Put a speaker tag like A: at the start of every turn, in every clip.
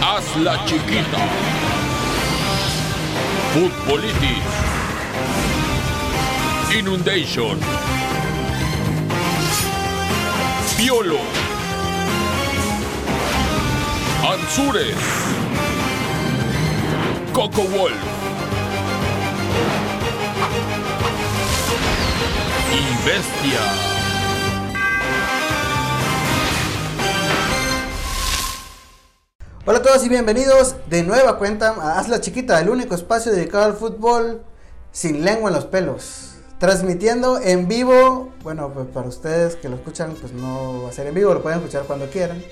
A: más la chiquita. Futbolitis. Inundation. Piolo. Anzures. Coco Wolf. Y Bestia.
B: Hola a todos y bienvenidos de nueva cuenta a Hazla Chiquita, el único espacio dedicado al fútbol sin lengua en los pelos. Transmitiendo en vivo, bueno, pues para ustedes que lo escuchan, pues no va a ser en vivo, lo pueden escuchar cuando quieran.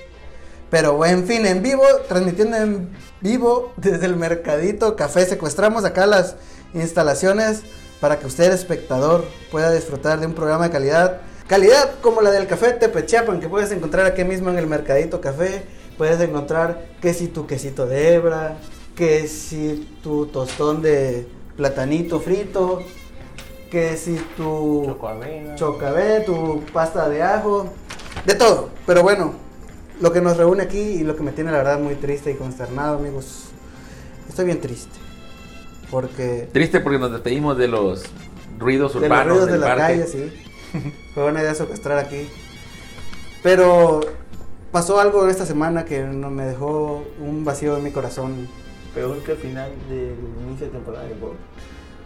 B: Pero en fin, en vivo, transmitiendo en vivo desde el Mercadito Café. Secuestramos acá las instalaciones para que usted, espectador, pueda disfrutar de un programa de calidad. Calidad como la del Café Tepechiapan, que puedes encontrar aquí mismo en el Mercadito Café puedes encontrar que si tu quesito de hebra, que si tu tostón de platanito frito, que si tu
C: Chocabena.
B: chocabé, tu pasta de ajo, de todo. Pero bueno, lo que nos reúne aquí y lo que me tiene la verdad muy triste y consternado, amigos, estoy bien triste. Porque
C: Triste porque nos despedimos de los ruidos
B: de los
C: urbanos
B: ruidos de
C: del
B: las
C: parque.
B: calles, sí. Fue una idea secuestrar aquí. Pero pasó algo esta semana que no- me dejó un vacío en mi corazón.
D: Peor que el final del inicio de temporada de Bob.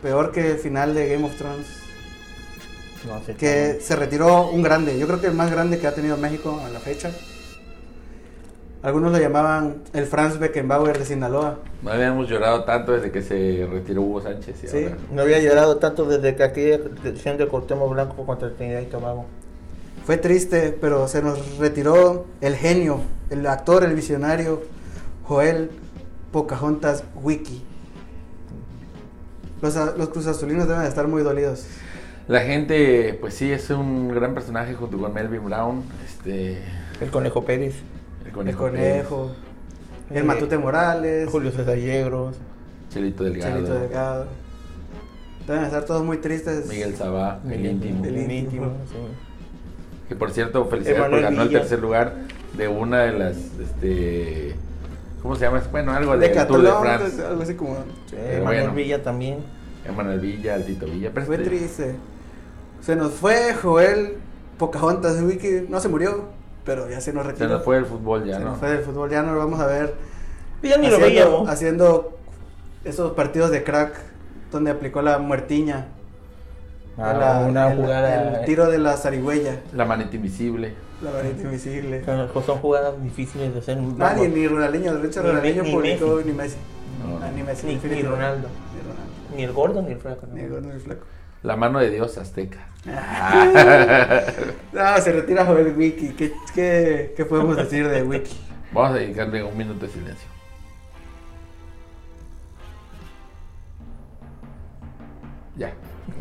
B: Peor que el final de Game of Thrones.
D: No sé.
B: Que se retiró un grande. Yo creo que el más grande que ha tenido México a la fecha. Algunos lo llamaban el Franz Beckenbauer de Sinaloa.
C: No habíamos llorado tanto desde que se retiró Hugo Sánchez. y
B: Sí.
C: ahora-
D: No había llorado tanto desde que aquella decisión de Cortemos Blanco contra Trinidad y Tobago.
B: Fue triste, pero se nos retiró el genio, el actor, el visionario, Joel Pocahontas Wiki. Los, a- los cruzazulinos deben de estar muy dolidos.
C: La gente, pues sí, es un gran personaje junto con Melvin Brown, este,
D: El Conejo Pérez,
C: el
B: El
C: conejo,
B: conejo, el
D: Eh,
B: Matute Morales,
D: Julio César Yegros,
C: Pérez, Chelito Delgado,
B: Chelito Delgado. Deben de estar todos muy tristes.
C: Miguel Sabá, el íntimo.
B: el
D: El
B: íntimo.
D: íntimo, sí.
C: Que por cierto, felicidades
D: Emanuel
C: porque ganó el
D: Villa.
C: tercer lugar de una de las, este, ¿cómo se llama? Bueno, algo de,
B: de
C: Tour de
B: Catalón,
C: France.
B: algo así como.
D: Sí,
C: Eh,
D: Manuel
C: bueno.
D: Villa también.
C: Emanuel Villa, el Tito Villa. pero
B: Fue
C: este-
B: triste. Se nos fue Joel Pocahontas Wiki. No se murió, pero ya se nos retiró.
C: Se nos fue el fútbol ya,
B: Se
C: ¿no?
B: nos fue del fútbol, ya no lo vamos a ver
D: Ya ni lo
B: haciendo,
D: veíamos.
B: haciendo esos partidos de crack donde aplicó la muertiña.
C: Ah,
D: Ah,
B: la- el, el tiro de la zarigüeya,
C: La manita invisible.
B: la varita invisible.
D: Pero Son jugadas difíciles de hacer.
B: Nadie, ni Ronaldinho, de hecho
D: Ni
B: Ronaldinho
D: Messi, ni
B: publicó
D: Messi.
B: ni Messi.
C: No.
B: Ah, ni Messi,
D: Ni-
B: Felipe.
D: ni Ronaldo.
B: Ni Ronaldo.
D: Ni el gordo ni el flaco. ¿no?
B: Ni Ronaldo, ni Flaco.
C: La mano de Dios azteca.
B: Ah, se retira Joel Wiki. ¿Qué, qué, qué podemos decir de Wiki?
C: Vamos a dedicarle un minuto de silencio. Ya.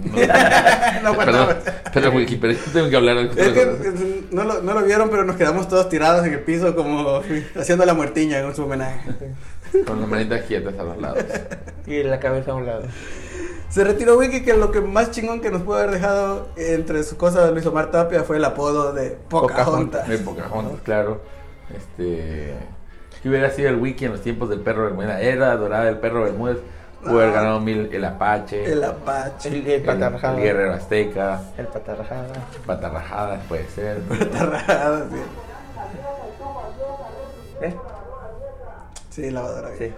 C: No,
B: No
C: perdón,
B: aguantaba.
C: perdón, Wiki, pero yo tengo que hablar de
B: Es que eh, no lo, no lo vieron, pero nos quedamos todos tirados en el piso como haciendo la muertiña con su homenaje.
C: con las manitas quietas a los lados.
D: Y la cabeza a un lado.
B: Se retiró Wiki, que lo que más chingón que nos pudo haber dejado entre sus cosas Luis Omar Tapia fue el apodo de Pocahontas.
C: De Pocahontas, claro. Este. ¿Qué hubiera sido el Wiki en los tiempos del perro Bermúdez? Era dorada del perro Bermúdez. Pudo haber
B: Ah.
C: ganado mil el Apache.
B: El Apache.
D: El, el
C: el-
D: patarrajada.
C: el guerrero azteca.
D: El patarrajada.
C: Patarrajadas puede ser.
B: Tarrajada, sí.
D: ¿Eh?
B: Sí, lavadora. vieja.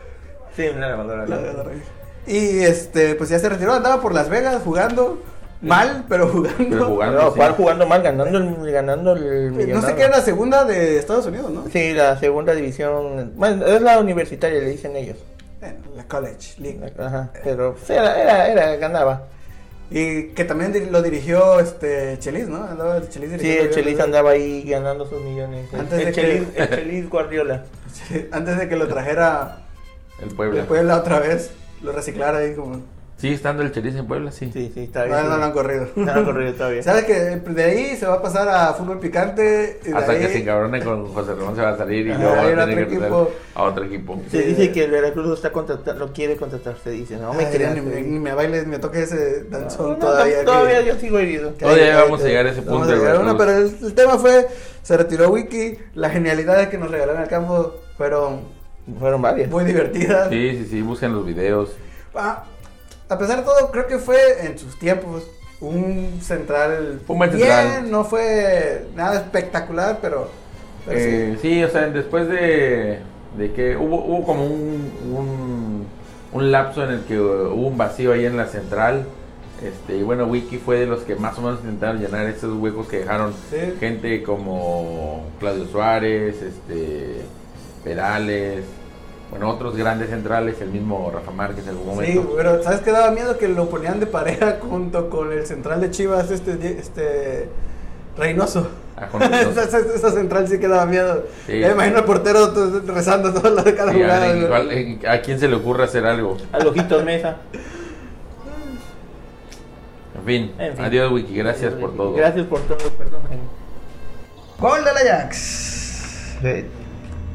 D: Sí. Sí, una lavadora. ¿no?
B: Lavadora vieja. Y este, pues ya se retiró, andaba por Las Vegas jugando. Mal, pero jugando.
C: Pero jugando.
D: No,
C: sí.
D: ¿cuál jugando mal? Ganando el, ganando el
B: Eh, No sé
D: millonario.
B: qué era la segunda de Estados Unidos, ¿no?
D: Sí, la segunda división. Bueno, es la universitaria, le dicen ellos.
B: Eh, La College League.
D: Ajá, pero sí, era, era, era- ganaba.
B: Y que también dir- lo dirigió este Chelis, ¿no? Andaba el Chelis
D: Sí, el Chelis andaba ahí ganando sus millones.
B: Antes de
D: el,
B: que-
D: Chelis, el Chelis Guardiola.
B: Sí, Antes de que lo trajera
C: El
B: de
C: Puebla.
B: Puebla otra vez, lo reciclara ahí como.
C: Sí, estando el Chelis en Puebla, sí.
D: Sí, sí, está bien.
B: No, no lo han corrido.
D: No lo han corrido todavía.
B: ¿Sabes que de ahí se va a pasar a fútbol picante? Y de
C: Hasta
B: ahí,
C: que se encabrone con José Ramón se va a salir y
B: Ajá,
C: luego va
B: ir a
C: a tener
B: otro
C: que
B: equipo.
C: pasar a otro equipo.
D: Se dice que el Veracruz lo, está contrata- lo quiere contratar, se dice. No me
B: Ay,
D: crean.
B: ni,
D: se
B: me-
D: dice.
B: ni me bailes, me toque ese danzón
D: No, no,
B: todavía. que-
D: todavía yo sigo herido.
B: que
C: Todavía
B: hay- este,
C: vamos a llegar a ese
B: vamos
C: punto,
B: llegar a
C: Veracruz.
B: una, pero el, el tema fue: se retiró Wiki, las genialidades que nos regalaron al campo fueron
D: Fueron varias.
B: muy divertida.
C: Sí, sí, sí, busquen los videos.
B: Ah, a pesar de todo, creo que fue en sus tiempos un central
C: Fue un buen
B: bien,
C: central.
B: no fue nada espectacular, pero, pero sí.
C: Eh, sí. o sea, después de, de que hubo, hubo como un, un, un lapso en el que eh, hubo un vacío ahí en la central. Este, y bueno, Wiki fue de los que más o menos intentaron llenar esos huecos que dejaron
B: Sí.
C: gente como Claudio Suárez, este, Perales, bueno, otros grandes centrales, el mismo Rafa Márquez en algún
B: Sí,
C: momento.
B: pero ¿sabes qué daba miedo? Que lo ponían de pareja junto con el central de Chivas, este, este Reynoso.
C: Ah, con los dos.
B: esa, esa- esa central sí que daba miedo.
C: Sí.
B: Ya me imagino al portero t- rezando todas las cada
C: Sí,
B: jugada. güey.
C: alguien igual, eh, ¿A quién se le ocurre hacer algo?
D: Al ojitos mesa.
C: En fin,
D: En fin.
C: adiós Wiki, gracias por todo.
D: Gracias por todo, perdón.
B: Gol del Ajax.
D: Eh,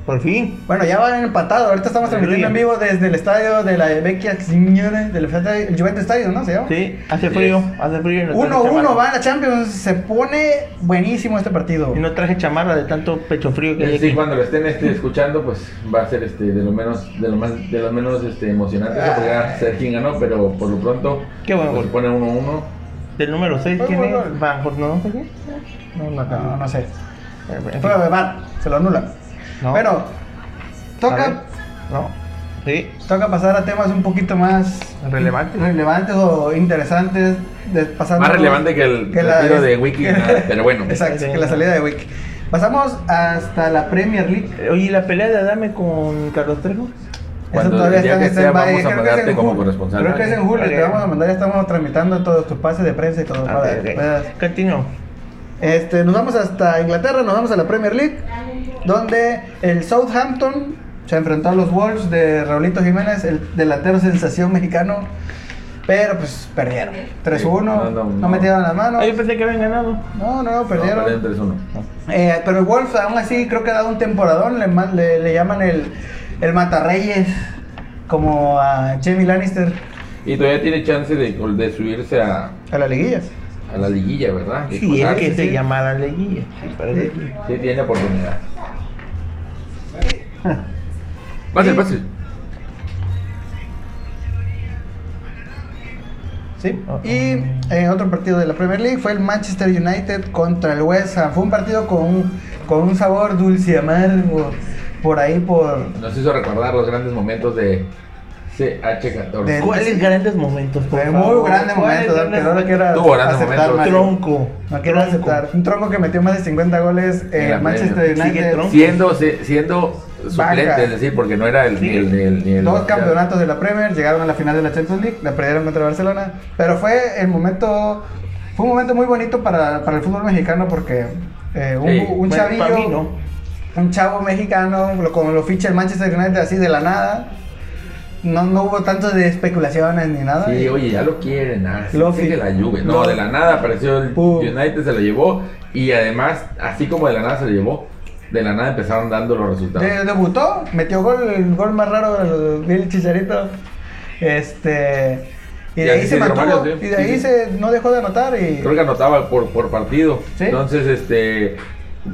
D: Por fin.
B: Bueno, ya van empatados. Ahorita estamos transmitiendo en vivo desde el estadio de la Vecchia Signore, del el Juventus Stadium, ¿no? ¿Se llama?
D: Sí, hace
C: Sí.
D: frío, hace frío. y no traje
B: 1-1
D: chamarra.
B: va a la Champions. Se pone buenísimo este partido.
D: Y no traje chamarra de tanto pecho frío que hay
C: Sí,
D: aquí.
C: cuando lo estén este, escuchando, pues va a ser este, de lo menos, de lo más, de lo menos este, emocionante, porque va a ser quién ganó, pero por lo pronto
D: Ah. Qué buen
C: pues,
D: gol.
C: pone 1-1.
D: Del número 6,
B: Fue
D: ¿quién
B: buen gol.
D: es? Van Hor- no sé qué.
B: No, no, no, no sé.
D: Eh, en fin.
B: Pero va, se lo anula.
D: No.
B: Bueno,
D: A
B: toca,
D: ver. No. Sí.
B: toca pasar a temas un poquito más
D: Relevantes.
B: relevantes o interesantes. de- pasando-
C: Más relevante que el
B: que la-
C: partido de Wiki, nada, pero bueno.
B: Exacto, que la salida de Wick. Pasamos hasta la Premier League.
D: Eh, Oye, ¿y la pelea de Adame con Carlos Trejo?
C: Cuando
B: Eso todavía
C: el día
B: está en
C: que sea,
B: stand-by.
C: vamos a
B: Creo que
C: mandarte
B: es en
C: como
B: jul-
C: corresponsal.
B: Creo que es en julio,
D: Vale.
B: te vamos a mandar, ya estamos tramitando todos tus pases de prensa y todo. Pues,
D: Ah,
B: para
D: ok,
B: que
D: ok.
B: puedas-
D: Continuo.
B: Este, nos vamos hasta Inglaterra, nos vamos a la Premier League, donde el Southampton se enfrentó a los Wolves de Raulito Jiménez, el delantero sensación mexicano, pero pues perdieron. 3-1, no,
C: Sí, no, no, no.
B: metieron la mano.
D: Ah, yo pensé que habían ganado.
B: No, no,
C: No,
B: perdieron.
C: perdieron 3-1.
B: Eh, pero el Wolves aún así creo que ha dado un temporadón, le, ma- le- le llaman el, el Matarreyes, como a Jamie Lannister
C: Y todavía tiene chance de, de subirse a,
B: a la liguilla.
C: a la liguilla, ¿verdad? De
B: pues,
D: Sí, es
C: cruzarse,
D: que se
C: sí.
D: llamara Leguilla. Parece que-
C: Sí, tiene oportunidad. Pase, pase.
B: Sí.
D: Oh,
B: Y eh, otro partido de la Premier League fue el Manchester United contra el West Ham. Fue un partido con un, con un sabor dulce amargo por ahí por
C: Nos hizo recordar los grandes momentos de CH14.
B: Del-
D: ¿Cuáles grandes momentos? por
B: fue un
D: favor?
B: muy grande
D: ¿Cuáles
B: momento, ¿no?
D: grandes
B: que no lo quiero
C: Tuvo grandes
B: aceptar
C: momentos.
B: Mario.
D: Tronco.
B: No quiero
D: Tronco.
B: aceptar. Un tronco que metió más de 50 goles en
C: la
B: Manchester
C: Premier.
B: United.
D: Sigue tronco.
C: Siendo, se- siendo
B: Banca.
C: suplente, es decir, porque no era el, ni el, ni el- ni el-
B: Dos campeonatos de la Premier, llegaron a la final de la Champions League, la perdieron contra Barcelona, pero fue el momento, fue un momento muy bonito para, para el fútbol mexicano porque eh, un,
C: Sí,
B: un
D: bueno,
B: chavillo,
D: para mí no.
B: un chavo mexicano, lo, como lo ficha el Manchester United así de la nada, no, no hubo tanto de especulaciones ni nada.
C: Sí, oye, ya lo quieren. Ah, sí,
B: Lo
C: sí,
B: fi-
C: de la lluvia. No,
B: lo-
C: de la nada apareció el
B: Pum.
C: United, se lo llevó. Y además, así como de la nada se lo llevó, de la nada empezaron dando los resultados.
B: De- debutó, metió gol, el gol más raro del Bill Chicharito. Este. Y
C: Y
B: de
C: así
B: ahí se
C: se dieron
B: mantuvo,
C: varios, sí.
B: y de ahí
C: Sí, sí.
B: se no dejó de anotar y
C: Creo que anotaba por, por partido.
B: Sí.
C: Entonces, este.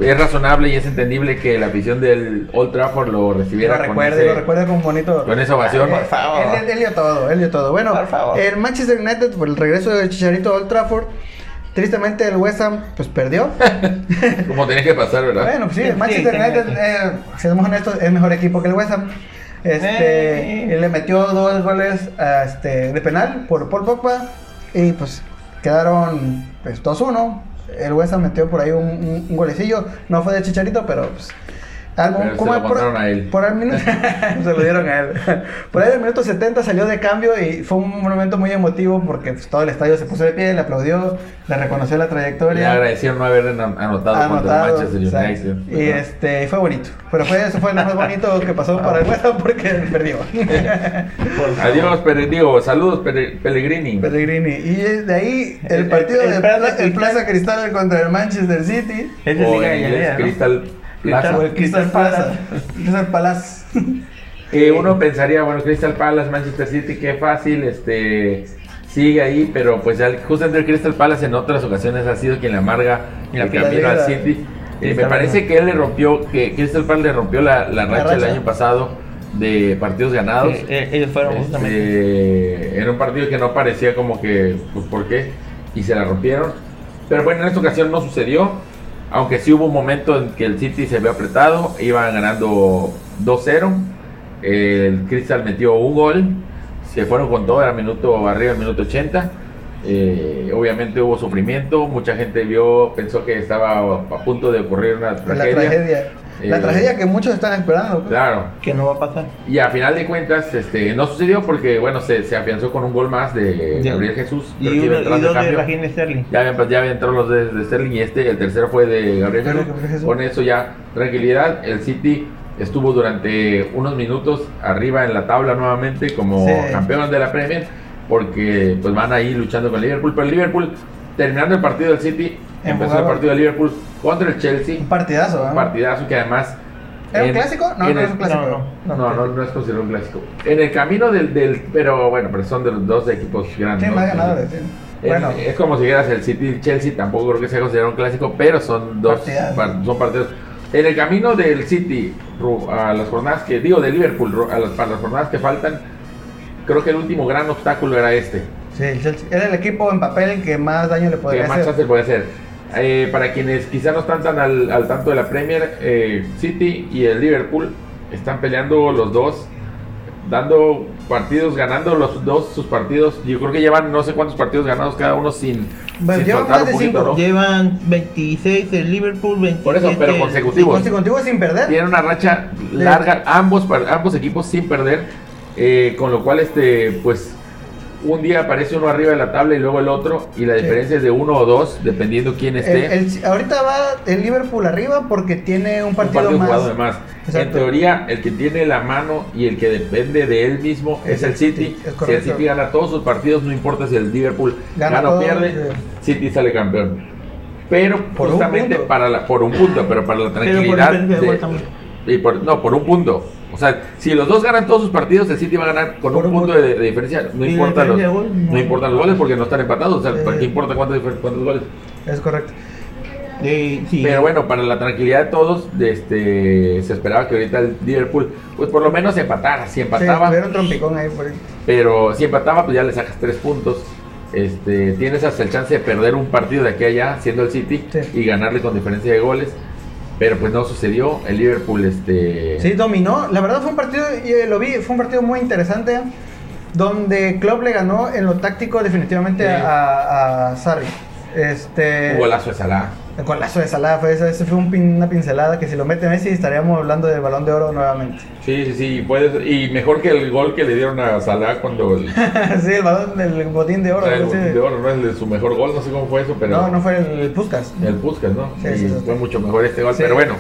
C: Es razonable y es entendible que la afición del Old Trafford lo
B: lo
C: recibiera con,
B: recuerde,
C: ese-
B: lo recuerde con bonito.
C: con esa ovación.
D: Por favor.
B: Él, él- él dio todo, él dio todo. Bueno,
D: Por favor.
B: el Manchester United, por el regreso del Chicharito a Old Trafford, tristemente el West Ham, pues perdió.
C: Como tenía que pasar, ¿verdad?
B: bueno, pues sí,
D: Sí,
B: el Manchester
D: sí,
B: United, eh, si somos honestos, es mejor equipo que el West Ham. Este,
D: Eh.
B: y le metió dos goles a este, de penal por Paul Pogba y pues quedaron pues, 2-1. El West Ham metió por ahí un, un- un golecillo, no fue de Chicharito, pero pues... Algo,
C: Pero se
B: como
C: lo
B: por,
C: mandaron a él.
B: por el minuto se lo dieron a él. Por ahí del minuto 70 salió de cambio y fue un momento muy emotivo porque pues, todo el estadio se puso de pie, le aplaudió, le reconoció la trayectoria.
C: Le agradecieron no haber an- anotado, contra el
B: Anotado,
C: Manchester
B: exacto.
C: United.
B: Y
C: ¿verdad?
B: este, y fue bonito. Pero fue, eso fue lo más bonito que pasó para
C: Ah,
B: el West Ham porque perdió.
C: Adiós, Pere- digo, saludos, Pere- Pellegrini.
B: Pellegrini. Y de ahí el
D: El-
B: partido
D: el-
B: de
D: el
B: Plaza,
D: Plaza
B: el Plaza Cristal contra el Manchester City.
D: Es de
C: O
D: Liga
C: en inglés,
D: Gallega, ¿no?
C: Crystal Plaza.
B: O el Cristal Plaza. Cristal Palace.
C: Que uno pensaría, bueno, Crystal Palace, Manchester City, qué fácil, este sigue ahí, pero pues al- justamente el Crystal Palace en otras ocasiones ha sido quien le amarga
D: Y la
C: el
D: pila
C: camino
B: de
C: al
B: la-
C: City.
D: Sí,
C: Eh, me
D: está
C: parece
D: bien.
C: que él le rompió, que Crystal Palace le rompió la, la racha el
B: racha.
C: año pasado de partidos ganados.
D: Sí, eh, ellos fueron justamente.
C: Este, era un partido que no parecía como que, pues, ¿por qué? Y se la rompieron. Pero bueno, en esta ocasión no sucedió. Aunque sí hubo un momento en que el City se vio apretado. Iban ganando 2-0. El Crystal metió un gol. Se fueron con todo. Era minuto arriba, el minuto 80. Eh, obviamente hubo sufrimiento. Mucha gente vio, pensó que estaba a punto de ocurrir una
E: La tragedia. La
C: Eh,
E: tragedia que muchos están esperando. pues.
C: Claro.
D: Que no va a pasar.
C: Y a final de cuentas, este, no sucedió porque, bueno, se, se afianzó con un gol más de
D: Ya.
C: Gabriel Jesús. creo
D: Y,
C: que iba
D: uno,
C: entrando
D: y dos de
C: cambio.
D: Raheem Sterling.
C: Ya habían, pues, ya habían entrado los de, de Sterling y este, el tercero fue de Gabriel
E: Gabriel
C: Jesús.
E: Jesús.
C: Con eso ya, tranquilidad. El City estuvo durante unos minutos arriba en la tabla nuevamente como
E: Sí.
C: campeón de la Premier porque pues van ahí luchando con Liverpool. Pero el Liverpool, terminando el partido del City, empezó el
E: Empujado.
C: partido de Liverpool contra el Chelsea.
E: Un partidazo. ¿ah?
C: Un partidazo que además...
E: ¿Era un
C: en-
E: clásico? No,
C: en
E: no
C: el-
E: es un clásico.
D: No,
C: no, no, no es considerado un clásico. En el camino del, del- Pero bueno, pero son de los dos equipos grandes.
E: Sí,
C: ¿no?
E: más ganadores. sí.
C: Es,
E: Bueno,
C: es como si vieras el City y el Chelsea, tampoco creo que sea considerado un clásico, pero son dos
E: Partidas.
C: par- son partidos. En el camino del City ru- a las jornadas que, digo, de Liverpool, ru- a las, para las jornadas que faltan, creo que el último gran obstáculo era este.
E: sí, el Chelsea. Era el equipo en papel que más daño le podría
C: que
E: hacer.
C: Manchester puede ser. Eh, para quienes quizá no están tan al, al tanto de la Premier, eh, City y el Liverpool están peleando los dos, dando partidos, ganando los dos sus partidos. Yo creo que llevan no sé cuántos partidos ganados cada uno sin,
E: Bueno,
C: sin
E: Pues llevan
C: soltar un
E: más de
C: poquito,
E: cinco,
C: ¿no?
D: Llevan 26 el Liverpool, 27
C: Por eso, pero
D: el-
C: consecutivos.
E: Consecutivo sin perder.
C: Tienen una racha larga, ambos, par- ambos equipos sin perder, eh, con lo cual, este, pues, un día aparece uno arriba de la tabla y luego el otro, y la
E: Sí.
C: diferencia es de uno o dos, dependiendo quién
E: El-
C: esté.
E: el- ahorita va el Liverpool arriba porque tiene
C: este,
E: un
C: un
E: partido, más.
C: jugado de más. En
E: Exacto.
C: teoría, el que tiene la mano y el que depende de él mismo es, el City.
E: es
C: si el
E: correcto.
C: City gana todos sus partidos, no importa si el Liverpool
E: Gana
C: gana, o
E: todo,
C: pierde, City sale campeón. Pero
E: Por un
C: justamente
E: punto.
C: para la, por un punto, pero para la
D: por
C: tranquilidad.
D: diferencia de
C: de-
D: gol también.
C: y por- no, por un punto. O sea, si los dos ganan todos sus partidos, el City va a ganar con
E: Por
C: un
E: un
C: punto de, de diferencia. No
D: Y
C: importa los,
D: diferencia de gol,
C: no.
D: no.
C: importan los goles porque no están empatados. O sea,
E: Eh.
C: ¿para qué importa cuántos, difer- cuántos goles?
E: Es correcto.
D: Eh, sí.
C: Pero bueno, para la tranquilidad de todos, de este, se esperaba que ahorita el Liverpool, pues por lo menos empatara. Si
E: Sí,
C: empataba,
E: tuvieron trompicón ahí por ahí.
C: pero si empataba, pues ya le sacas tres puntos. Este, tienes hasta el chance de perder un partido de aquí a allá, siendo el City,
E: Sí.
C: y ganarle con diferencia de goles. Pero pues no sucedió. El Liverpool, este.
E: Sí, dominó. La verdad fue un partido, y eh, lo vi, fue un partido muy interesante donde Klopp le ganó en lo táctico definitivamente
C: Sí.
E: a, a Sarri. Este,
C: Un golazo de Salah.
E: el golazo de Salah fue ese, ese fue un pin- una pincelada que si lo mete Messi estaríamos hablando del Balón de Oro nuevamente.
C: Sí, sí, sí. puedes- y mejor que el gol que le dieron a Salah cuando. el-
E: sí, el Balón del Botín de Oro.
C: el
E: sí.
C: de oro, no es de su mejor gol, no sé cómo fue eso, pero.
E: No, no fue el Puskas.
C: El Puskas, ¿no?
E: Sí,
C: Y
E: sí, sí.
C: Fue mucho mejor este gol,
E: Sí.
C: pero bueno.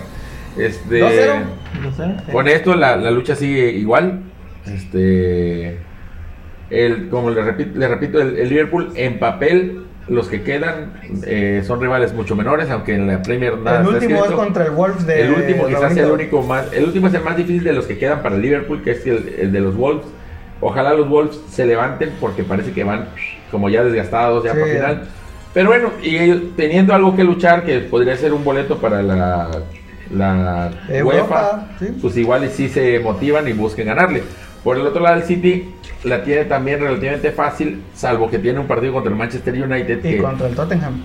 C: Este,
E: 2-0.
D: No sé.
C: Con esto la, la lucha sigue igual. Este, el, como le repito, le repito el, el Liverpool en papel, los que quedan eh, son rivales mucho menores, aunque en la Premier nada
E: el
C: está
E: último es
C: escrito.
E: contra el Wolves de
C: el último quizás sea el
E: Roberto.
C: único más, el último es el más difícil de los que quedan para el Liverpool, que es el, el de los Wolves. Ojalá los Wolves se levanten porque parece que van como ya desgastados ya
E: Sí,
C: para
E: ya.
C: final. Pero bueno, y ellos teniendo algo que luchar, que podría ser un boleto para la, la
E: Europa,
C: UEFA,
E: sí.
C: pues igual y sí se motivan y busquen ganarle. Por el otro lado, el City la tiene también relativamente fácil, salvo que tiene un partido contra el Manchester United
E: Y
C: que-
E: contra el Tottenham.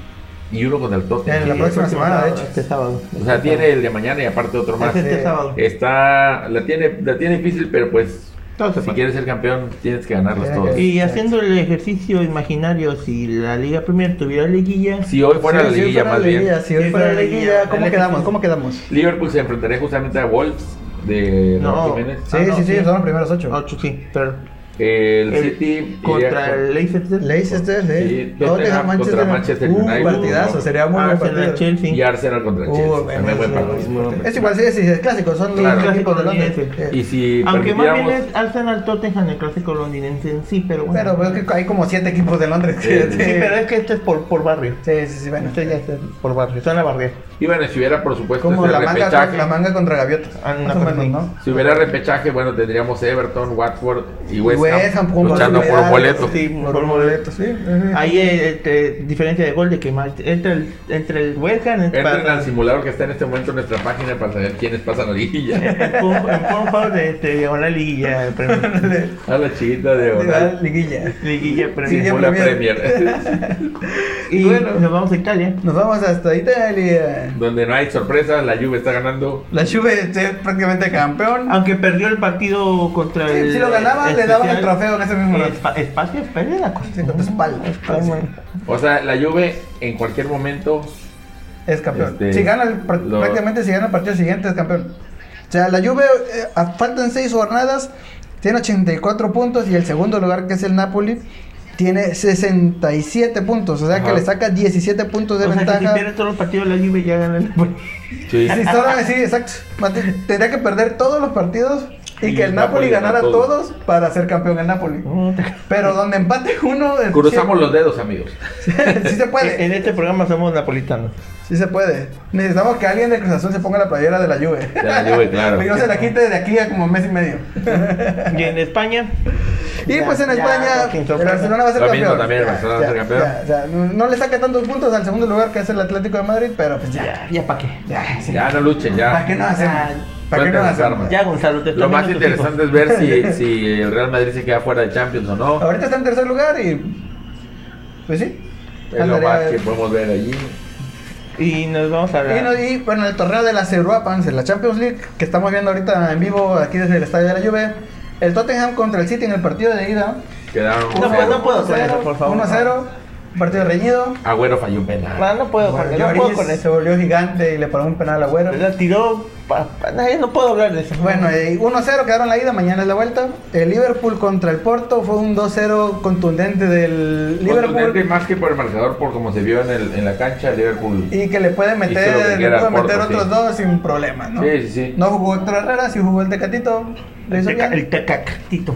C: y uno contra el Tottenham.
E: En la
C: que-
E: próxima semana, de hecho.
D: Este sábado.
C: O sea, tiene el de mañana y aparte otro más.
D: Es este sábado.
C: Está, la tiene, la tiene difícil, pero pues
D: Todo se
C: si
D: puede.
C: quieres ser campeón tienes que ganarlos
E: Tiene
C: todos.
E: que-
D: Y haciendo el ejercicio imaginario, si la Liga Premier tuviera liguilla,
C: Si hoy fuera
E: Sí,
C: la
E: si hoy
C: liguilla
E: fuera
C: más
E: la liguilla,
C: bien,
E: Si hoy
D: Sí,
E: fuera
D: fuera
E: la
D: la
E: liguilla,
D: liguilla,
E: ¿cómo
D: el
E: quedamos?
D: equipo.
E: ¿Cómo quedamos?
C: Liverpool se enfrentaría justamente a Wolves de
D: No.
C: Raúl Jiménez.
E: Sí,
D: Ah, no,
E: sí, sí,
D: sí.
E: son los primeros ocho.
D: 8 sí, pero
C: El,
D: el-
C: City
D: contra el Leicester
E: Leicester, sí.
C: Sí, Tottenham contra Manchester United.
E: Un Uh, partidazo, sería muy buen
D: Arsenal,
E: partido.
D: Ah, Chelsea.
C: y Arsenal contra el
E: Uh,
C: Chelsea.
E: bueno,
C: También buen
E: eso
C: partido.
E: es
C: Buen
D: muy
E: Es
C: partido.
E: igual, sí, sí, es clásico, son
C: Claro.
E: los clásicos de Londres. Eh,
D: Londres.
E: Sí.
C: Y si
D: Aunque más bien
C: permitiéramos-
D: es Arsenal Tottenham el clásico londinense en sí, pero bueno.
E: Pero pues, es que hay como siete equipos de Londres.
C: Sí,
E: que-
C: sí,
D: sí, pero es que este es por, por barrio.
E: Sí, sí, sí, bueno.
D: Este ya es por barrio, está en la barrera.
C: Y bueno, si hubiera, por supuesto,
E: Como
C: ese
E: la manga,
C: repechaje,
E: la manga contra Gaviota.
D: Ah,
E: más
D: no,
E: o menos,
D: sí.
E: ¿no?
C: si hubiera repechaje, bueno, tendríamos Everton, Watford y West,
E: West Ham,
C: Ham
E: con
C: luchando por
E: posibilidades,
C: boleto.
D: sí.
E: Por un boleto, sí. Ujú.
D: Ahí eh, este, diferencia de gol de que más entre el, entre el West Ham
C: Entren
D: para-
C: al simulador que está en este momento en nuestra página para saber quiénes pasan a la liguilla.
D: fue un- fue un juego de, de diagonal liguilla eh, Premier.
C: A la chiquita de
E: Le da
C: Oral.
E: liguilla.
D: liguilla Premier.
E: Sí,
C: Simula
E: Premier.
C: Premier.
D: y
C: bueno.
D: nos vamos a Italia
E: Nos vamos hasta Italia.
C: Donde no hay sorpresas, la Juve está ganando.
E: La Juve es prácticamente campeón.
D: aunque perdió el partido contra
E: Sí,
D: el
E: si lo ganaba, le daban el
D: eh, especial,
E: trofeo en ese mismo
D: eh,
E: rato.
D: Espa- espacio pelea la cosa
E: Sí, contra Spal.
D: Spal, bueno.
C: O sea, la Juve en cualquier momento
E: Es campeón.
C: Este,
E: si gana el par-
C: lo-
E: prácticamente si gana el partido siguiente es campeón. O sea, la Juve eh, a- faltan seis jornadas, tiene 84 puntos y el segundo lugar que es el Napoli tiene 67 puntos, o sea que
C: Ajá.
E: le saca 17 puntos de
D: o sea, que si
E: ventaja.
D: pierden todos los partidos la Juve ya gana el
C: Ah, sí,
E: Sí, solo- sí, exacto. Mate, Tendría que perder todos los partidos y,
C: Y
E: que el
C: el
E: Napoli,
C: Napoli
E: ganara
C: ganó
E: todos.
C: todos.
E: para ser campeón el Napoli.
D: Mm.
E: Pero donde empate uno, el-
C: cruzamos los dedos, amigos.
E: sí, sí se puede.
D: en este programa somos napolitanos
E: Sí se puede. Necesitamos que alguien de Cruz Azul se ponga la playera de la Juve.
C: De la Juve, claro.
E: Y no se la quite de aquí a como mes y medio.
D: y en España
E: Y
D: Ya,
E: pues en
D: ya,
E: España,
D: sin
E: el
D: sorpresa.
E: Barcelona va a ser
C: Lo
E: campeón.
C: mismo también, el
E: Ya,
C: Barcelona va a
E: ya,
C: ser campeón.
E: ya, o sea, no no le saca tantos puntos al segundo lugar que es el Atlético de Madrid, pero pues ya.
D: ya, ya para qué
E: Ya, sí. Ah,
C: Ya no luchen,
E: ¿Para qué
C: ya.
E: no hacen?
D: Ya.
E: ¿Para qué no
C: Suelten las
E: hacen?
C: armas.
D: ya Gonzalo te
C: Lo
D: están
C: más
D: viendo tus
C: interesante es ver si, si el Real Madrid se queda fuera de Champions o no.
E: Ahorita está en tercer lugar y. Pues sí.
C: Es lo
E: Andaría-
C: más que podemos ver allí.
D: hijos. y nos vamos a
E: Y, no- y, bueno, el torneo de las Euroapans, en la Champions League, que estamos viendo ahorita en vivo aquí desde el estadio de la Juve, el Tottenham contra el City en el partido de ida.
C: Quedaron.
D: No, pues, no puedo. con
E: 1-0,
D: eso, por favor.
E: 1-0, partido reñido.
C: Agüero falló un
D: Ah,
C: penal.
D: no puedo con- no puedo
E: Lloris
D: con
E: se
D: eso
E: volvió gigante y le paró un penal a Agüero.
D: la tiró pa- pa- no, yo no puedo hablar de eso
E: Bueno, eh, 1-0 quedaron la ida, mañana es la vuelta. El Liverpool contra el Porto fue un 2-0 contundente del
C: Contundente
E: Liverpool
C: más que por el marcador, por como se vio en, el, en la cancha, Liverpool.
E: y que le puede
C: Hizo lo que
E: meter, le
C: quiera
E: puede
C: al Porto,
E: meter otros
C: sí.
E: dos sin problema, ¿no?
C: Sí, sí, sí.
E: No jugó Héctor Herrera, sí jugó el Tecatito. lo
D: el,
E: hizo
D: teca,
E: bien.
D: el tecacatito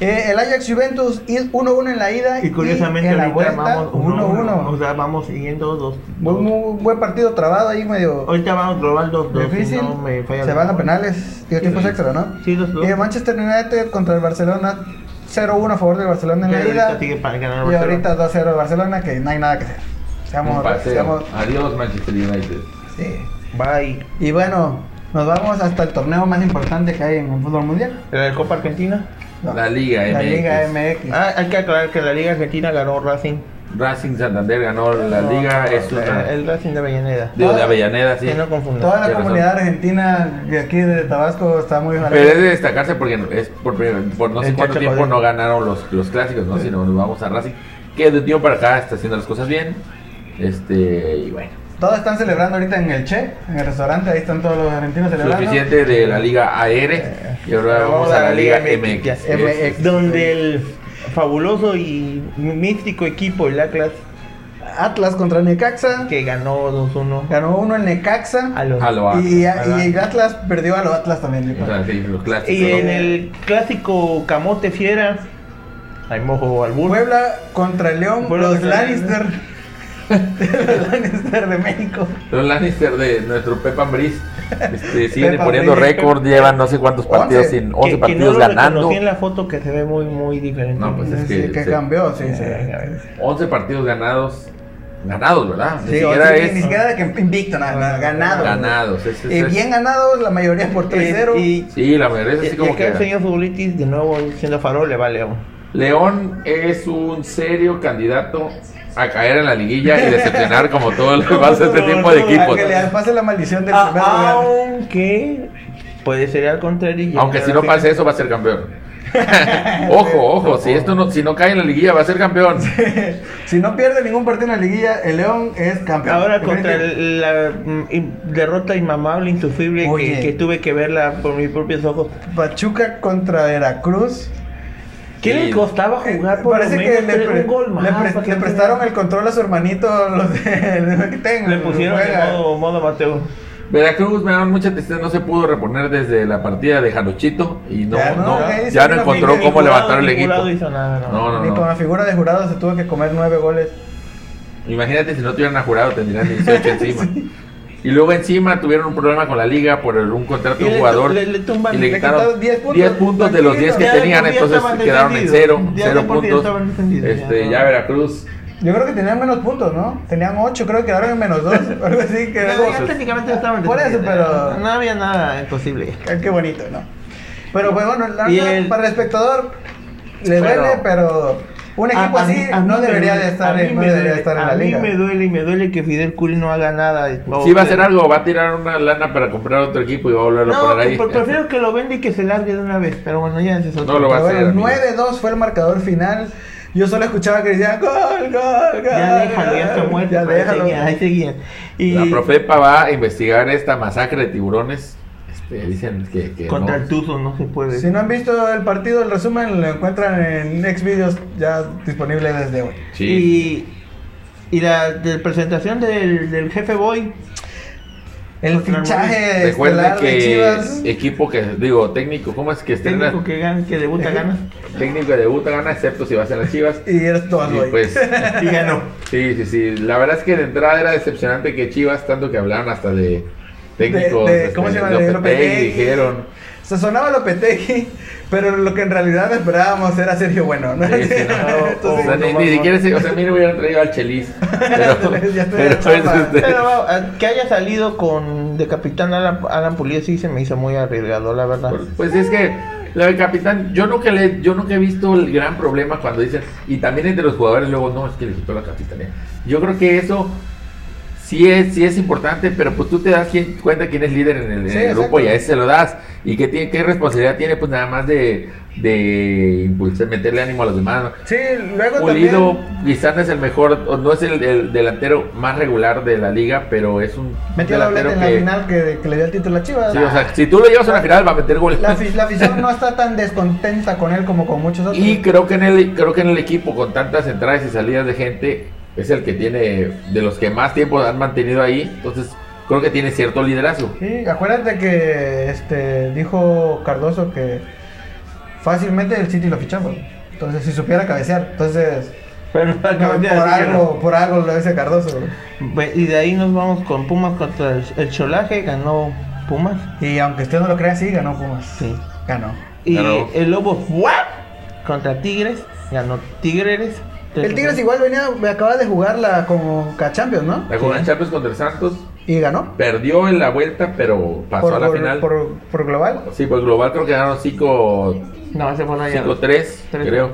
E: Eh, el Ajax Juventus ir 1-1 en la ida
D: y curiosamente
E: en la
D: ahorita
E: vuelta
D: vamos
E: 1-1.
D: o sea vamos siguiendo dos,
E: Muy-
D: dos-
E: muy buen partido trabado ahí medio
D: Ahorita vamos a probar dos, dos.
E: difícil.
D: si no me falla
E: Se
D: la
E: van a
D: memoria.
E: penales, digo tiempos
D: Sí.
E: extra, ¿no?
D: Sí, los dos.
E: Y el Manchester United contra el Barcelona 0-1 a favor del Barcelona en
D: Pero
E: la
D: ahorita
E: ida.
D: sigue para ganar
E: Y
D: Barcelona.
E: ahorita 2-0 al Barcelona que no hay nada que hacer.
C: Un
E: Seamos,
C: paseo.
E: seamos
C: Adiós, Manchester United.
E: sí.
D: Bye.
E: Y bueno, nos vamos hasta el torneo más importante que hay en el fútbol mundial.
D: ¿La de Copa Argentina?
E: No.
C: La Liga
E: La
C: MX.
E: Liga MX.
D: Ah, hay que aclarar que la Liga Argentina ganó Racing.
C: Racing Santander ganó la
E: No,
C: Liga.
E: no,
C: es una.
D: El Racing de Avellaneda.
C: de, de Avellaneda, sí.
D: Que no confundan.
E: Toda la
C: Tienes
E: comunidad argentina de aquí de Tabasco está muy
C: Pero es de destacarse porque es por, primer- por no sé
D: El
C: cuánto
D: Chacho
C: tiempo
D: Padilla.
C: no ganaron los, los clásicos, ¿no? Sino nos vamos a Racing, que de un tiempo para acá está haciendo las cosas bien. Este, y bueno.
E: Todos están celebrando ahorita en el Che, en el restaurante, ahí están todos los argentinos celebrando.
C: Suficiente de la Liga
D: Eh,
C: AR y ahora vamos a la Liga MX.
D: ya.
C: Es-
E: MX.
D: Donde el fabuloso y místico equipo, el Atlas,
E: Atlas contra Necaxa,
D: que ganó 2-1.
E: ganó uno en Necaxa.
D: a los-
C: A lo A.
E: Y, y
D: a lo-
E: el Atlas perdió a los Atlas también.
C: O sea, sí, los clásicos.
D: Y en
C: ¿no?
D: el clásico Camote Fiera, ahí mojo albur.
E: Puebla contra León,
D: Puebla
E: los
D: contra
E: Lannister. los Lannister de México.
C: Los Lannister de nuestro Pep Ambris este, siguen
E: Pep
C: poniendo
E: Ambriz.
C: récord, llevan no sé cuántos
E: Once.
C: partidos sin 11
D: que, que no
C: partidos
D: lo
C: ganando.
D: reconocí en la foto que se ve muy, muy diferente.
C: No, pues es que,
E: Sí, que
C: sí.
E: cambió, sí, sí.
D: Eh,
C: 11 partidos ganados. Ganados, ¿verdad?
E: Sí,
C: Ni siquiera
E: sí,
C: es
E: ni siquiera de que invicto, nada, nada, ganado.
C: ganados.
D: Eh,
C: es- es-
E: Y
C: es-
E: bien ganados, la mayoría por 3-0.
D: Y,
C: Sí, la mayoría es
D: y,
C: así como
D: acá el
C: que.
D: señor Zubulitis de nuevo siendo farol le vale aún.
C: León es un serio candidato a caer en la liguilla y decepcionar como todo lo que pasa a este tipo de
E: A
C: equipos.
E: que le pase la maldición del primer
D: Ah,
E: lugar.
D: aunque puede ser al contrario. y
C: Aunque
D: llegar
C: si
D: a
C: no
D: la
C: pasa
D: final.
C: eso va a ser campeón. ojo, ojo, si esto no, si no cae en la liguilla va a ser campeón.
E: Si no pierde ningún partido en la liguilla, el León es campeón.
D: Ahora contra
E: Definitivo.
D: el- la mm, in- derrota inmamable, insufrible
E: Oye.
D: que, que tuve que verla por mis propios ojos.
E: Pachuca contra Veracruz.
D: ¿Qué
C: Sí.
D: le costaba jugar por
E: Eh, Parece
D: lo
E: que
D: menos
E: le,
D: tres-
E: pre-
D: un gol más?
E: le pre-
D: para
E: le
D: que-
E: prestaron el control a su hermanito. Los de, los que tengo,
D: le pusieron en
E: juega.
D: modo, modo Mateo.
C: Veracruz me da mucha tristeza, no se pudo reponer desde la partida de Jarochito y no,
E: Ya no,
C: no,
E: ahí sí
C: ya
E: una
C: no encontró
E: fila de
C: cómo
D: Ni
C: levantar
D: jurado,
C: el
D: ni
C: equipo.
D: jurado hizo nada, no.
C: No,
E: Ni
C: no,
E: con la
C: no.
E: figura de jurado se tuvo que comer nueve goles.
C: Imagínate si no tuvieran a jurado, tendrían 18 encima. Y luego encima tuvieron un problema con la liga por el- un contrato de
D: Y
C: un
D: le-
C: jugador.
D: le- le tumban-
C: y le
D: le
C: quitaron
D: quitaron
C: 10
D: 10
C: puntos,
D: puntos.
C: de los 10 que
D: Ya de
C: tenían,
D: por sí
C: entonces
D: estaban
C: quedaron en
D: defendidos.
C: cero.
D: Ya de
C: cero
D: por sí
C: puntos.
D: estaban defendidos,
C: Este,
D: ya.
C: ya Veracruz.
E: Yo creo que tenían menos puntos, ¿no? Tenían 8, creo que quedaron en menos 2. Algo así que.
D: Pero ya técnicamente estaban
E: Por eso,
D: defendiendo.
E: pero-
D: No había nada imposible.
E: Ah, Qué bonito, ¿no? Pero pues bueno, la
D: Y
E: verdad,
D: el-
E: para el espectador le
C: Pero-
E: duele, pero un equipo
D: A- a
E: así
D: mí- a mí
E: no
D: me
E: debería
D: duele,
E: de estar,
D: a
E: en,
D: mí
E: no
D: me
E: debería
D: duele,
E: de estar en la liga.
D: A mí me duele y me duele que Fidel Curi no haga nada.
C: Si va a hacer algo, va a tirar una lana para comprar otro equipo y va a volverlo a
D: No,
C: poner ahí.
D: pre- prefiero que lo venda y que se largue de una vez. Pero bueno, ya ese es otro.
C: No lo va a
E: Pero
C: hacer.
E: bueno,
C: amigo.
E: 9-2 fue el marcador final. Yo solo escuchaba que decían gol, gol, gol.
D: Ya déjalo, ya está
E: gol".
D: muerto.
E: Ya
D: pero ahí
E: déjalo.
D: seguían, Ahí seguían. Y
C: La Profepa va a investigar esta masacre de tiburones. Este, dicen que, que
D: contra
C: no.
D: el Tuzo no se puede.
E: Si no han visto el partido, el resumen lo encuentran en Next Videos ya disponible desde hoy.
C: Sí.
D: Y, y la de presentación del, del jefe Boy.
E: El
D: Contra el
E: fichaje
C: Recuerda
E: estelar de
C: que
E: Chivas.
C: equipo que, digo, técnico, ¿cómo es que estrena?
D: Técnico que, gana, que debuta gana.
C: Técnico que debuta gana, excepto si vas a las Chivas.
E: Y eres todo
C: Y
E: hoy.
C: pues,
D: Y ganó.
C: sí, sí, sí. La verdad es que de entrada era decepcionante que Chivas, tanto que hablaron hasta de técnicos.
E: De- de- ¿cómo se
C: este,
E: llama?
C: de
E: De
C: Lopetegui,
E: Lopetegui.
C: dijeron.
E: Se sonaba Lopetegui, pero lo que en realidad esperábamos era Sergio Bueno, ¿no?
C: Sí, sí, no. O
E: Entonces,
C: sea, ni, ni siquiera se, o sea, a mí no hubieran traído al Chelis. Pero,
E: Ya estoy
C: pero
E: atrapado.
C: es este-
D: Pero va, a- que haya salido con de capitán Alan, Alan Pulido sí se me hizo muy arriesgado, la verdad.
C: Pues es que la del capitán, yo nunca le, yo nunca he visto el gran problema cuando dicen, y también entre los jugadores luego no, es que le quitó la capitanía. Yo creo que eso sí es, sí es importante, pero pues tú te das quien- cuenta quién es líder en el, en
E: Sí,
C: el grupo
E: exacto.
C: y a ese se lo das. Y qué tiene, qué responsabilidad tiene, pues nada más de, de impulsar, meterle ánimo a los demás.
E: Sí, luego
C: Pulido
E: también.
C: quizás no es el mejor, o no es el, el delantero más regular de la liga, pero es un
E: Metió la
C: delantero
E: boleta en la final que, que le dio el título a Chivas.
C: Sí, o sea, si tú lo llevas a la final va a meter goles.
E: la, afi- la afición no está tan descontenta con él como con muchos otros.
C: Y creo que en el creo que en el equipo con tantas entradas y salidas de gente es el que tiene de los que más tiempo han mantenido ahí, entonces creo que tiene cierto liderazgo.
E: Sí, acuérdate que este dijo Cardoso que fácilmente el City lo fichaba. Entonces, si supiera cabecear, entonces
D: Pero
E: no, por algo, por algo lo dice Cardoso.
D: Ve- Y de ahí nos vamos con Pumas contra el, el Cholaje, ganó Pumas.
E: Y aunque usted no lo crea, sí ganó Pumas.
D: Sí.
E: Ganó.
D: Y
C: Ganó.
D: el Lobo ¡guau! contra Tigres, ganó Tigres.
E: El Tigres igual venía, acaba de jugar la Conca Champions, ¿no?
C: La jugada Champions contra el Santos
E: Y ganó.
C: perdió en la vuelta, pero pasó a la
E: por,
C: final.
E: por- por global.
C: Sí, pues global creo que ganaron 5
D: No, ese fue la llave.
C: 5-3,
D: Tres.
C: creo.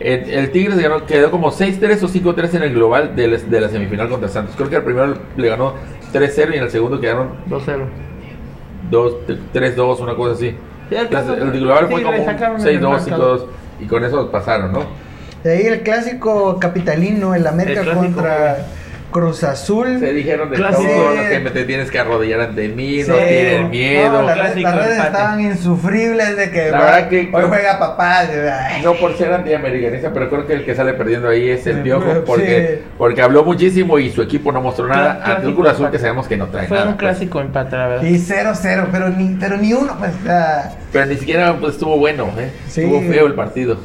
C: El, el Tigres ganó- quedó como 6-3 o 5-3 en el global de la, de la semifinal contra Santos. Creo que al primero le ganó 3-0 y en el segundo quedaron
D: 2-0.
C: dos, t- 3-2, una cosa así.
D: Sí, el caso
C: Entonces, el
D: que-
C: global
D: sí,
C: fue
D: le
C: como un
D: sacaron en el
C: 6-2,
D: marcador.
C: 5-2. Y con eso pasaron, ¿no?
E: De ahí el clásico capitalino, el América
D: El clásico,
E: contra Cruz Azul.
C: Se dijeron de
D: Clásico.
C: todo, no, que me te tienes que arrodillar ante mí, no
E: Sí.
C: tienen miedo.
E: No,
C: No,
E: las, redes-
D: Clásico
E: las redes
D: empate.
E: estaban insufribles de que,
C: La verdad que-
E: hoy juega papá. de- ay.
C: por ser antiamericanista, pero creo que el que sale perdiendo ahí es el
E: Sí.
C: Piojo, porque,
E: Sí.
C: porque habló muchísimo y su equipo no mostró nada.
D: Clásico.
C: Ante un Cruz Azul que sabemos que no trae
D: Fue
C: nada.
D: un
C: pues.
D: clásico empate, la verdad.
E: Y 0-0, pero ni, pero ni uno, pues. ah,
C: Pero ni siquiera pues, estuvo bueno, ¿eh?
E: Sí.
C: Estuvo feo el partido.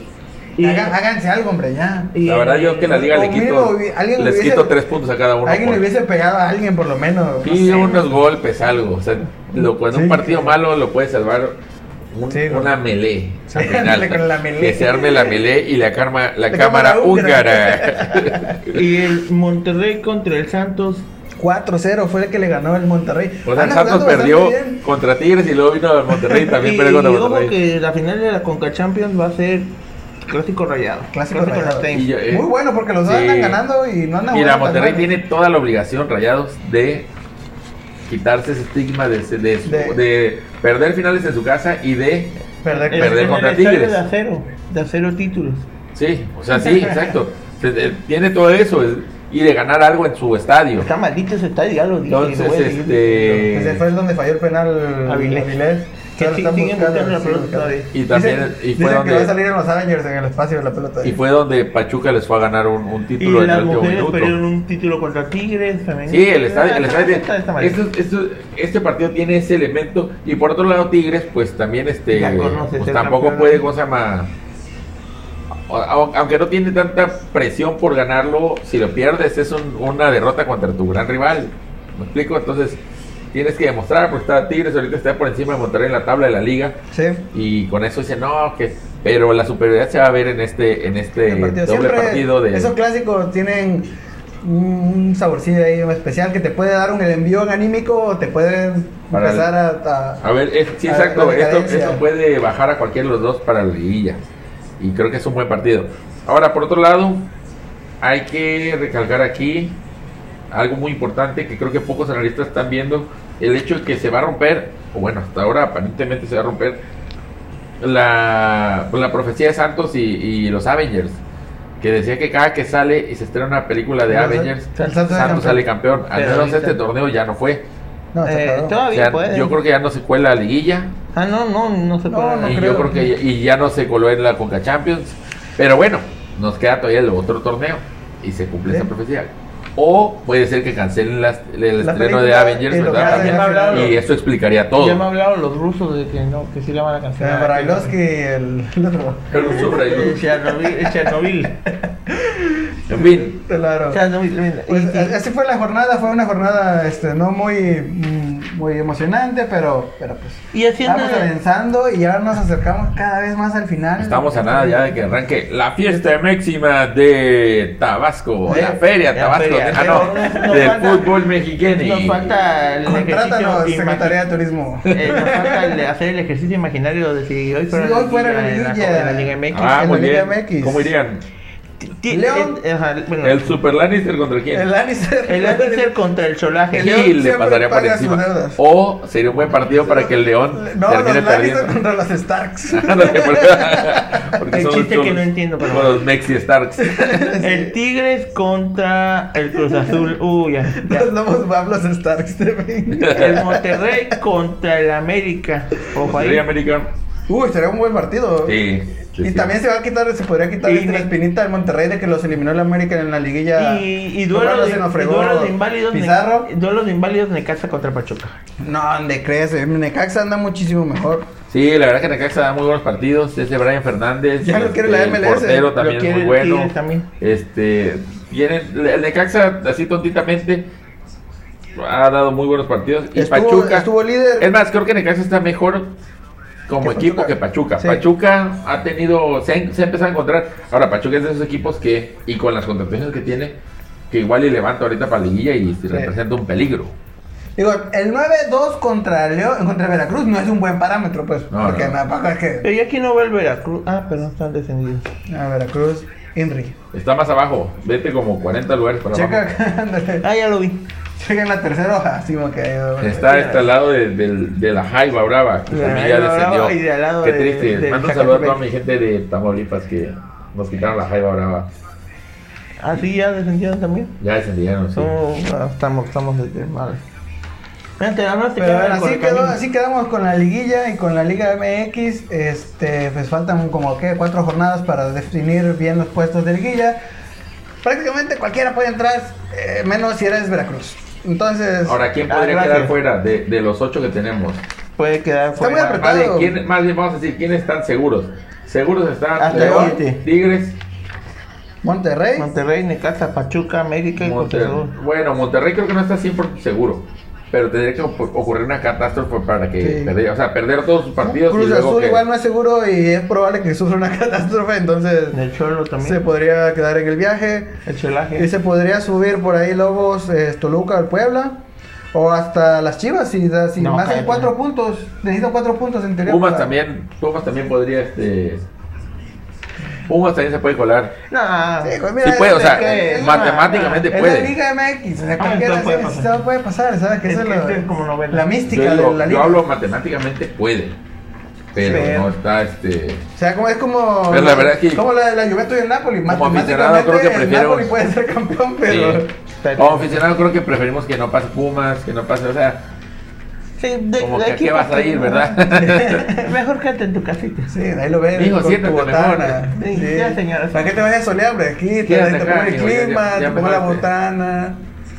D: Y-
E: hagan- háganse algo, hombre, ya.
D: Y-
C: La verdad yo que la liga le
E: Conmigo
C: quito,
E: hubi- alguien
C: les
E: hubiese-
C: quito tres puntos a cada uno.
E: Alguien
C: por-
E: le hubiese pegado a alguien, por lo menos. no
C: Sí,
E: sé.
C: unos golpes, algo. O sea, lo- cuando un
E: Sí.
C: partido malo lo puede salvar un-
E: Sí,
C: una melee.
E: Sí,
C: al final.
E: con la melee.
C: Que se arme la melee y la, carma- la
E: La
C: cámara,
E: cámara
C: húngara.
D: Y el Monterrey contra el Santos.
E: 4-0 fue el que le ganó el Monterrey.
C: o sea, el
E: Andan
C: Santos
E: jugando bastante
C: perdió
E: bien.
C: contra Tigres y luego vino al Monterrey y también
D: y,
C: perdió contra
D: y ojo
C: Monterrey.
D: que la final de la Conca Champions va a ser clásico rayado.
E: Clásico rayado.
D: norteño.
C: Y yo, eh,
E: Muy bueno, porque los dos
C: sí.
E: andan ganando y no
C: Mira,
E: andan jugando tan
C: Monterrey
E: mal.
C: tiene toda la obligación, rayados, de quitarse ese estigma de, de- de-
E: De-
C: de perder finales en su casa y de
E: Perder.
D: El-
C: Perder
D: el
C: contra
D: estadio
C: Tigres.
D: De acero, de acero títulos.
C: Sí, o sea, sí, exacto. Se- eh, Tiene todo eso es- y de ganar algo en su estadio.
D: Está maldito ese estadio, ya lo dije. lo
C: Entonces,
D: voy a seguir
C: este-
E: pues, Ese fue el donde falló el penal
D: Avilés.
E: Avilés.
D: Que
E: Ahora
D: sí-
E: están
D: siguen
E: buscando,
D: buscando la
E: sí,
D: pelota
E: buscando.
D: todavía.
C: Y también-
E: dicen,
C: y fue
E: dicen
C: donde-
E: que va a salir en los Avengers en el espacio de la pelota.
C: Y fue donde Pachuca les fue a ganar un, un
D: Y
C: título en el
D: las
C: último
D: mujeres perdieron
C: minuto.
D: un título contra Tigres también.
C: Sí, el estadio, el
D: Ah,
C: estadio-
D: está- está mal.
C: esto- esto- este partido tiene ese elemento y por otro lado Tigres, pues también este,
D: Ya conoces
C: pues,
D: el
C: tampoco
D: campeón.
C: puede, ¿cómo se llama? A- a- Aunque no tiene tanta presión por ganarlo, si lo pierdes es un- una derrota contra tu gran rival. ¿Me explico? Entonces, tienes que demostrar, porque está Tigres, ahorita está por encima de Monterrey en la tabla de la liga.
E: Sí.
C: Y con eso dice, no, que... Pero la superioridad se va a ver en este, en este
E: El partido.
C: doble
E: Siempre
C: partido de...
E: esos clásicos tienen un saborcillo ahí especial que te puede dar un envión anímico o te puede
C: Para
E: empezar a, a-
C: A ver, es- sí,
E: A ver,
C: exacto.
E: la
C: esto,
E: decadencia.
C: esto puede bajar a cualquiera de los dos para la liguilla. Y creo que es un buen partido. Ahora, por otro lado, hay que recalcar aquí algo muy importante que creo que pocos analistas están viendo: el hecho de que se va a romper, o bueno, hasta ahora aparentemente se va a romper, la, pues, la profecía de Santos y, y los Avengers. Que decía que cada que sale y se estrena una película de
E: Los-
C: Avengers,
E: el
C: Santos,
E: Santos
C: sale
E: sale campeón.
C: campeón. Al
D: Pero
C: menos
D: ahorita-
C: este torneo ya no fue.
E: No, está
D: Eh,
E: cabrón.
D: todo-
C: O
D: Todavía
C: sea,
D: puede.
C: yo creo que ya no se cuela la liguilla.
D: Ah, no, no, no se
E: No,
D: puede.
E: no
C: y
E: creo.
C: yo creo que ya, y ya no se coló en la Conca Champions. Pero bueno, nos queda todavía el otro torneo y se cumple
E: Sí.
C: esa profecía. O puede ser que cancelen las- el
E: La
C: estreno de
E: película
C: Avengers,
E: y lo
C: ¿verdad?
E: que hacen
C: También.
E: al final.
D: hablaron.
C: Y eso explicaría
D: Ya me
C: todo.
D: hablaron los rusos de que no, que sí la van a
E: Eh,
D: cancelar.
E: Brailovsky y el, el otro.
C: Pero sufre,
D: Eh,
C: ¿no?
D: Chernobyl. Chernobyl.
C: En fin,
E: Claro.
D: Chernobyl, mira, y-
E: Pues,
D: y-
E: a- así fue la jornada, fue una jornada este, no muy, mm, muy emocionante, pero, pero pues
D: Y haciendo.
E: vamos avanzando y ahora nos acercamos cada vez más al final.
C: estamos a nada ya de que arranque la fiesta máxima de Tabasco,
D: De-
C: la feria
D: la
C: Tabasco,
D: feria.
C: de- ah, no,
D: Nos- nos
C: del
D: falta-
C: fútbol mexicano.
D: Nos falta el
E: Contrátanos,
D: ejercicio
E: Secretaría de Turismo.
D: imagi- eh, nos falta el- hacer el ejercicio imaginario de si hoy fuera
E: Si hoy fuera la
D: en la-
E: liguilla.
D: en la Liga MX.
C: Ah,
E: en
C: muy
E: la Liga
C: bien.
E: MX.
C: ¿Cómo irían?
D: Ti-
E: León.
D: eh, ajá, bueno,
C: ¿El Super Lannister contra quién?
E: El Lannister.
D: el Lannister contra el Solaje.
E: El
C: Gil
E: León
C: le
E: siempre
C: pasaría por
E: paga sus
C: encima.
E: deudas.
C: O sería un buen partido para que el León termine
E: No, los Lannister
C: perdiendo.
E: contra los Starks.
C: No sé por qué. Porque
D: El
C: son
D: chiste
C: los
D: que no
C: chulos.
D: entiendo, pero
C: Como
D: bueno.
C: los Mexi Starks.
D: El Tigres contra el Cruz Azul. Uy, ya, ya.
E: Los lobos bablos Starks de Bane.
D: El Monterrey contra el América. Ojo ahí.
C: Sería americano.
E: Uy, sería un buen partido.
C: Sí. sí,
E: y
C: sí.
E: también se va a quitar, se podría quitar
D: Y
E: esta
D: me-
E: espinita del Monterrey de que los eliminó el América en la liguilla.
D: Y, y duelo
E: Bueno,
D: de,
E: se nos
D: y
E: fregó
D: duelo de inválidos. Ne-
E: Pizarro. Oh.
D: Duelo de inválidos Necaxa contra Pachuca.
E: No, ¿dónde crees? Eh, Necaxa anda muchísimo mejor.
C: Sí, la verdad que Necaxa da muy buenos partidos. Ese Brian Fernández.
E: Ya lo
C: este,
E: quiere la
C: el
E: MLS.
C: portero
E: Lo
C: también es
D: quiere
C: muy
D: el
C: bueno.
D: Tigres también.
C: Este. Tienen, el Necaxa, así tontitamente, ha dado muy buenos partidos. Y
E: Estuvo-
C: Pachuca.
E: estuvo líder.
C: Es más, creo que Necaxa está mejor como
E: Que
C: equipo
E: Pachuca.
C: que Pachuca.
E: Sí.
C: Pachuca ha tenido, se ha, se ha empezado a encontrar. Ahora, Pachuca es de esos equipos que, y con las contrataciones que tiene, que igual y levanta ahorita para liguilla y se representa un peligro.
E: Digo, el 9-2 contra León, contra Veracruz no es un buen parámetro, pues.
C: No,
E: porque
C: no.
E: me apaga que.
D: Pero ya aquí no va el Veracruz. Ah, perdón, están descendidos.
E: A Veracruz, Inri.
C: Está más abajo, vete como 40 lugares para
E: Checa
C: abajo.
E: acá, ándale.
D: Ah, ya lo vi.
E: Checa en la tercera hoja, así como que. eh,
C: Está este al lado de, del- de la Jaiba Brava, que
D: La
C: también ya
D: Jaiba Brava
C: descendió.
D: y de al lado
C: Qué
D: de-
C: triste.
D: del
C: Mando un saludo a toda
D: Zacatepec.
C: mi gente de Tamaulipas que nos quitaron la Jaiba Brava.
D: Ah, sí, ya descendieron también.
C: Ya descendieron, sí.
D: No, ah, estamos, estamos desde mal. Mira, te hablaste
E: Pero
D: que era
E: bueno,
D: el
E: así,
D: Correcaminos.
E: quedó, así quedamos con la liguilla y con la Liga MX. Este, pues faltan como que cuatro jornadas para definir bien los puestos de liguilla. Prácticamente cualquiera puede entrar, eh, menos si eres Veracruz. Entonces,
C: Ahora, ¿quién
D: Ah,
C: podría
D: gracias.
C: quedar fuera de, de los ocho que tenemos?
D: Puede quedar
E: Está muy
D: fuera.
E: apretado.
C: Más bien, ¿quién- más bien vamos a decir quiénes están seguros. Seguros están
D: Hasta
C: León,
D: siete.
C: Tigres,
E: Monterrey,
D: Monterrey, Necaxa, Pachuca, América y Cruz
C: Monterrey.
D: Azul.
C: Bueno, Monterrey creo que no está 100% seguro. Pero tendría que op- ocurrir una catástrofe para que
E: Sí.
C: perder, o sea, perder todos sus partidos. y
E: Cruz
C: luego
E: Azul
C: que-
E: igual no es seguro y es probable que sufra una catástrofe, entonces
D: El Cholo también.
E: se podría quedar en el viaje.
D: El
E: Y
D: Cholaje.
E: se podría subir por ahí Lobos, eh, Toluca al Puebla. O hasta las Chivas, si, si
D: No,
E: me hacen
D: cállate.
E: cuatro puntos. Necesito cuatro puntos en teoría.
C: Pumas
E: para-
C: también, Pumas también podría, este... Pumas también se puede colar.
D: Nah,
E: Sí, pues,
C: Sí puede, o
E: es
C: sea,
E: que es
C: matemáticamente
E: la- es
C: puede.
E: la Liga MX, o sea, cualquiera
D: todo Ah, puede
E: sí,
D: pasar.
E: todo puede pasar, ¿sabes? Que
D: Es
E: eso
D: que
E: es lo-
D: esto es como novela.
E: la
C: Yo,
E: mística
C: digo,
E: de la
C: yo
E: liga.
C: hablo matemáticamente puede, pero
E: Pero-
C: no está este...
E: O sea, como, es como.
C: Pero Pues la verdad es que-
E: Como la de la Juventus y el Napoli.
C: Como
E: matemáticamente,
C: aficionado, creo que
E: El
C: prefiero-
E: Napoli puede ser campeón, pero.
C: Sí. Como aficionado creo que preferimos que no pase Pumas, que no pase, o sea,
D: Sí, de,
C: como
D: de
C: que a
D: aquí
C: qué
D: para
C: vas a ir,
D: acá.
C: ¿verdad?
D: Mejor quédate en tu casita.
E: Sí, ahí lo ves.
C: Mijo,
E: con tu
C: siéntate
E: botana.
D: mejor. Sí, ya, señora.
E: ¿Para qué te vayas a solear, hombre? Aquí te,
C: Quédate
E: te
C: acá,
E: pone el
C: mijo, ya-
E: clima,
C: ya- ya
E: te pone la
C: empezaste.
E: botana.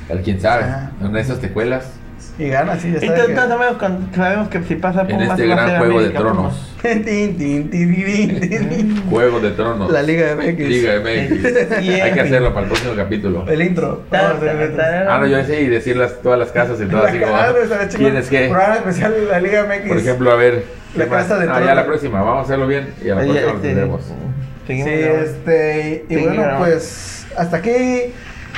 C: Pero quién sabe,
E: Ajá.
C: en esas te cuelas.
E: Y gana, sí, ya
D: Y
E: sabes
D: tan-
E: que-
D: tan sabemos, con- sabemos que si pasa
C: En
D: Pumas
C: este
D: va a
C: gran
D: ser
C: juego de
D: América, Pumas.
C: tronos.
E: Tin, tin, tin, tin, tin, tin.
C: Juego de Tronos.
E: La Liga MX.
C: Liga MX.
D: Sí,
C: Hay
D: en
C: que
D: fin.
C: hacerlo para el próximo capítulo.
E: El intro.
D: Ta-
E: Vamos a hacer
D: ta-
E: el intro.
D: ta-
C: Ah, no, yo decía y decir las, todas las casas y todo así. como,
E: Ah, pues, a la chica,
C: ¿Quién es qué?
E: Programa especial de la Liga MX.
C: Por ejemplo, a ver.
E: La
C: ¿qué más?
E: casa de
C: Ah,
E: Tronos.
C: ya la próxima. Vamos a hacerlo bien y a la
D: Ahí,
C: próxima lo
D: este,
C: tendremos.
E: Sí,
D: seguimos grabando.
E: este, y, y
D: Sí,
E: bueno,
D: grabamos.
E: pues hasta aquí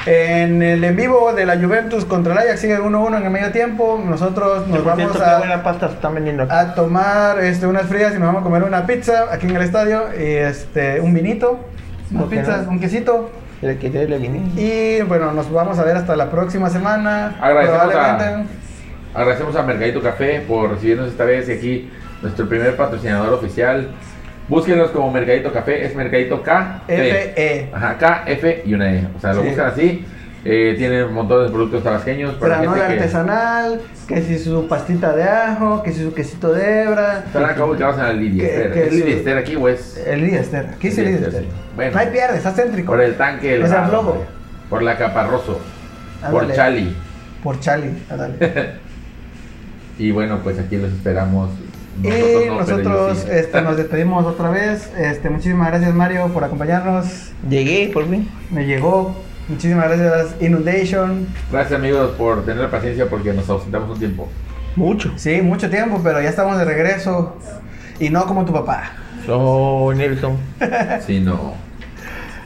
E: en el en vivo de la Juventus contra el Ajax sigue 1-1 en el medio tiempo. Nosotros nos
D: Por
E: vamos
D: cierto, qué buena
E: a,
D: pasta se están vendiendo aquí.
E: a tomar este, unas frías y nos vamos a comer una pizza aquí en el estadio y este, un vinito, unas
D: ¿Por qué
E: pizzas,
D: no?
E: un quesito.
D: Le quité el vinil.
E: Y bueno, nos vamos a ver hasta la próxima semana.
C: Agradecemos a-
E: probablemente.
C: Agradecemos a Mercadito Café por recibirnos esta vez y aquí nuestro primer patrocinador oficial. Búsquenlos como Mercadito Café, es Mercadito K
E: FE.
C: Ajá, K, F y una E. O sea, lo
E: Sí.
C: buscan así. Eh, tienen un montón de productos tabasqueños para gente
E: Granola
C: que
E: artesanal, que si su pastita de ajo, que si su quesito de hebra.
C: están acá ubicados en el Lidiester.
E: Que- que
C: ¿Es
E: su-
C: Lidiester aquí o es?
E: El Lidiester. Aquí es
C: El
E: el
C: Lidiester,
E: Lidiester.
C: sí. Bueno.
E: No hay pierde, está céntrico.
C: Por el tanque. El
E: O sea, flojo.
C: Por la Caparroso. Por
E: Ándale.
C: Chali.
E: Por Chali, ándale.
C: Y bueno, pues aquí los esperamos.
E: y
C: no, pero
E: Eh, nosotros
C: ellos sí.
E: este, nos despedimos otra vez. Este, muchísimas gracias Mario por acompañarnos.
D: Llegué, por fin.
E: Me llegó. Muchísimas gracias Inundation.
C: Gracias amigos por tener paciencia porque nos ausentamos un tiempo.
D: Mucho.
E: Sí, mucho tiempo, pero ya estamos de regreso. Y no como tu papá.
D: Oh, Nelson.
C: sino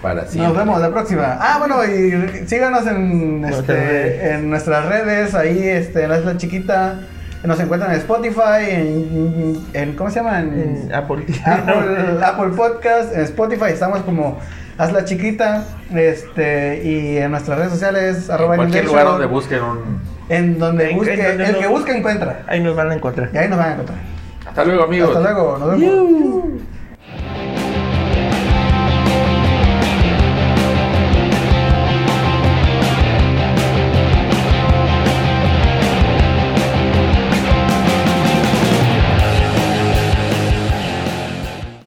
C: para siempre.
E: Nos vemos la próxima. Ah, bueno, y síganos en,
D: Nuestras
E: este,
D: redes.
E: en nuestras redes, ahí este, en la Isla Chiquita. Nos encuentran en Spotify, en, en- ¿cómo se llama? En
D: En Apple.
E: Apple, Apple Podcast, en Spotify estamos como Hazla Chiquita, este, y en nuestras redes sociales,
C: En
E: arroba
C: cualquier
E: Inundation,
C: lugar donde busquen un...
E: en donde
D: En-
E: busque,
D: en donde
E: el
D: lo-
E: que busca encuentra.
D: Ahí nos van a encontrar.
E: Y ahí nos van a encontrar.
C: Hasta luego amigos.
E: Hasta luego, nos vemos.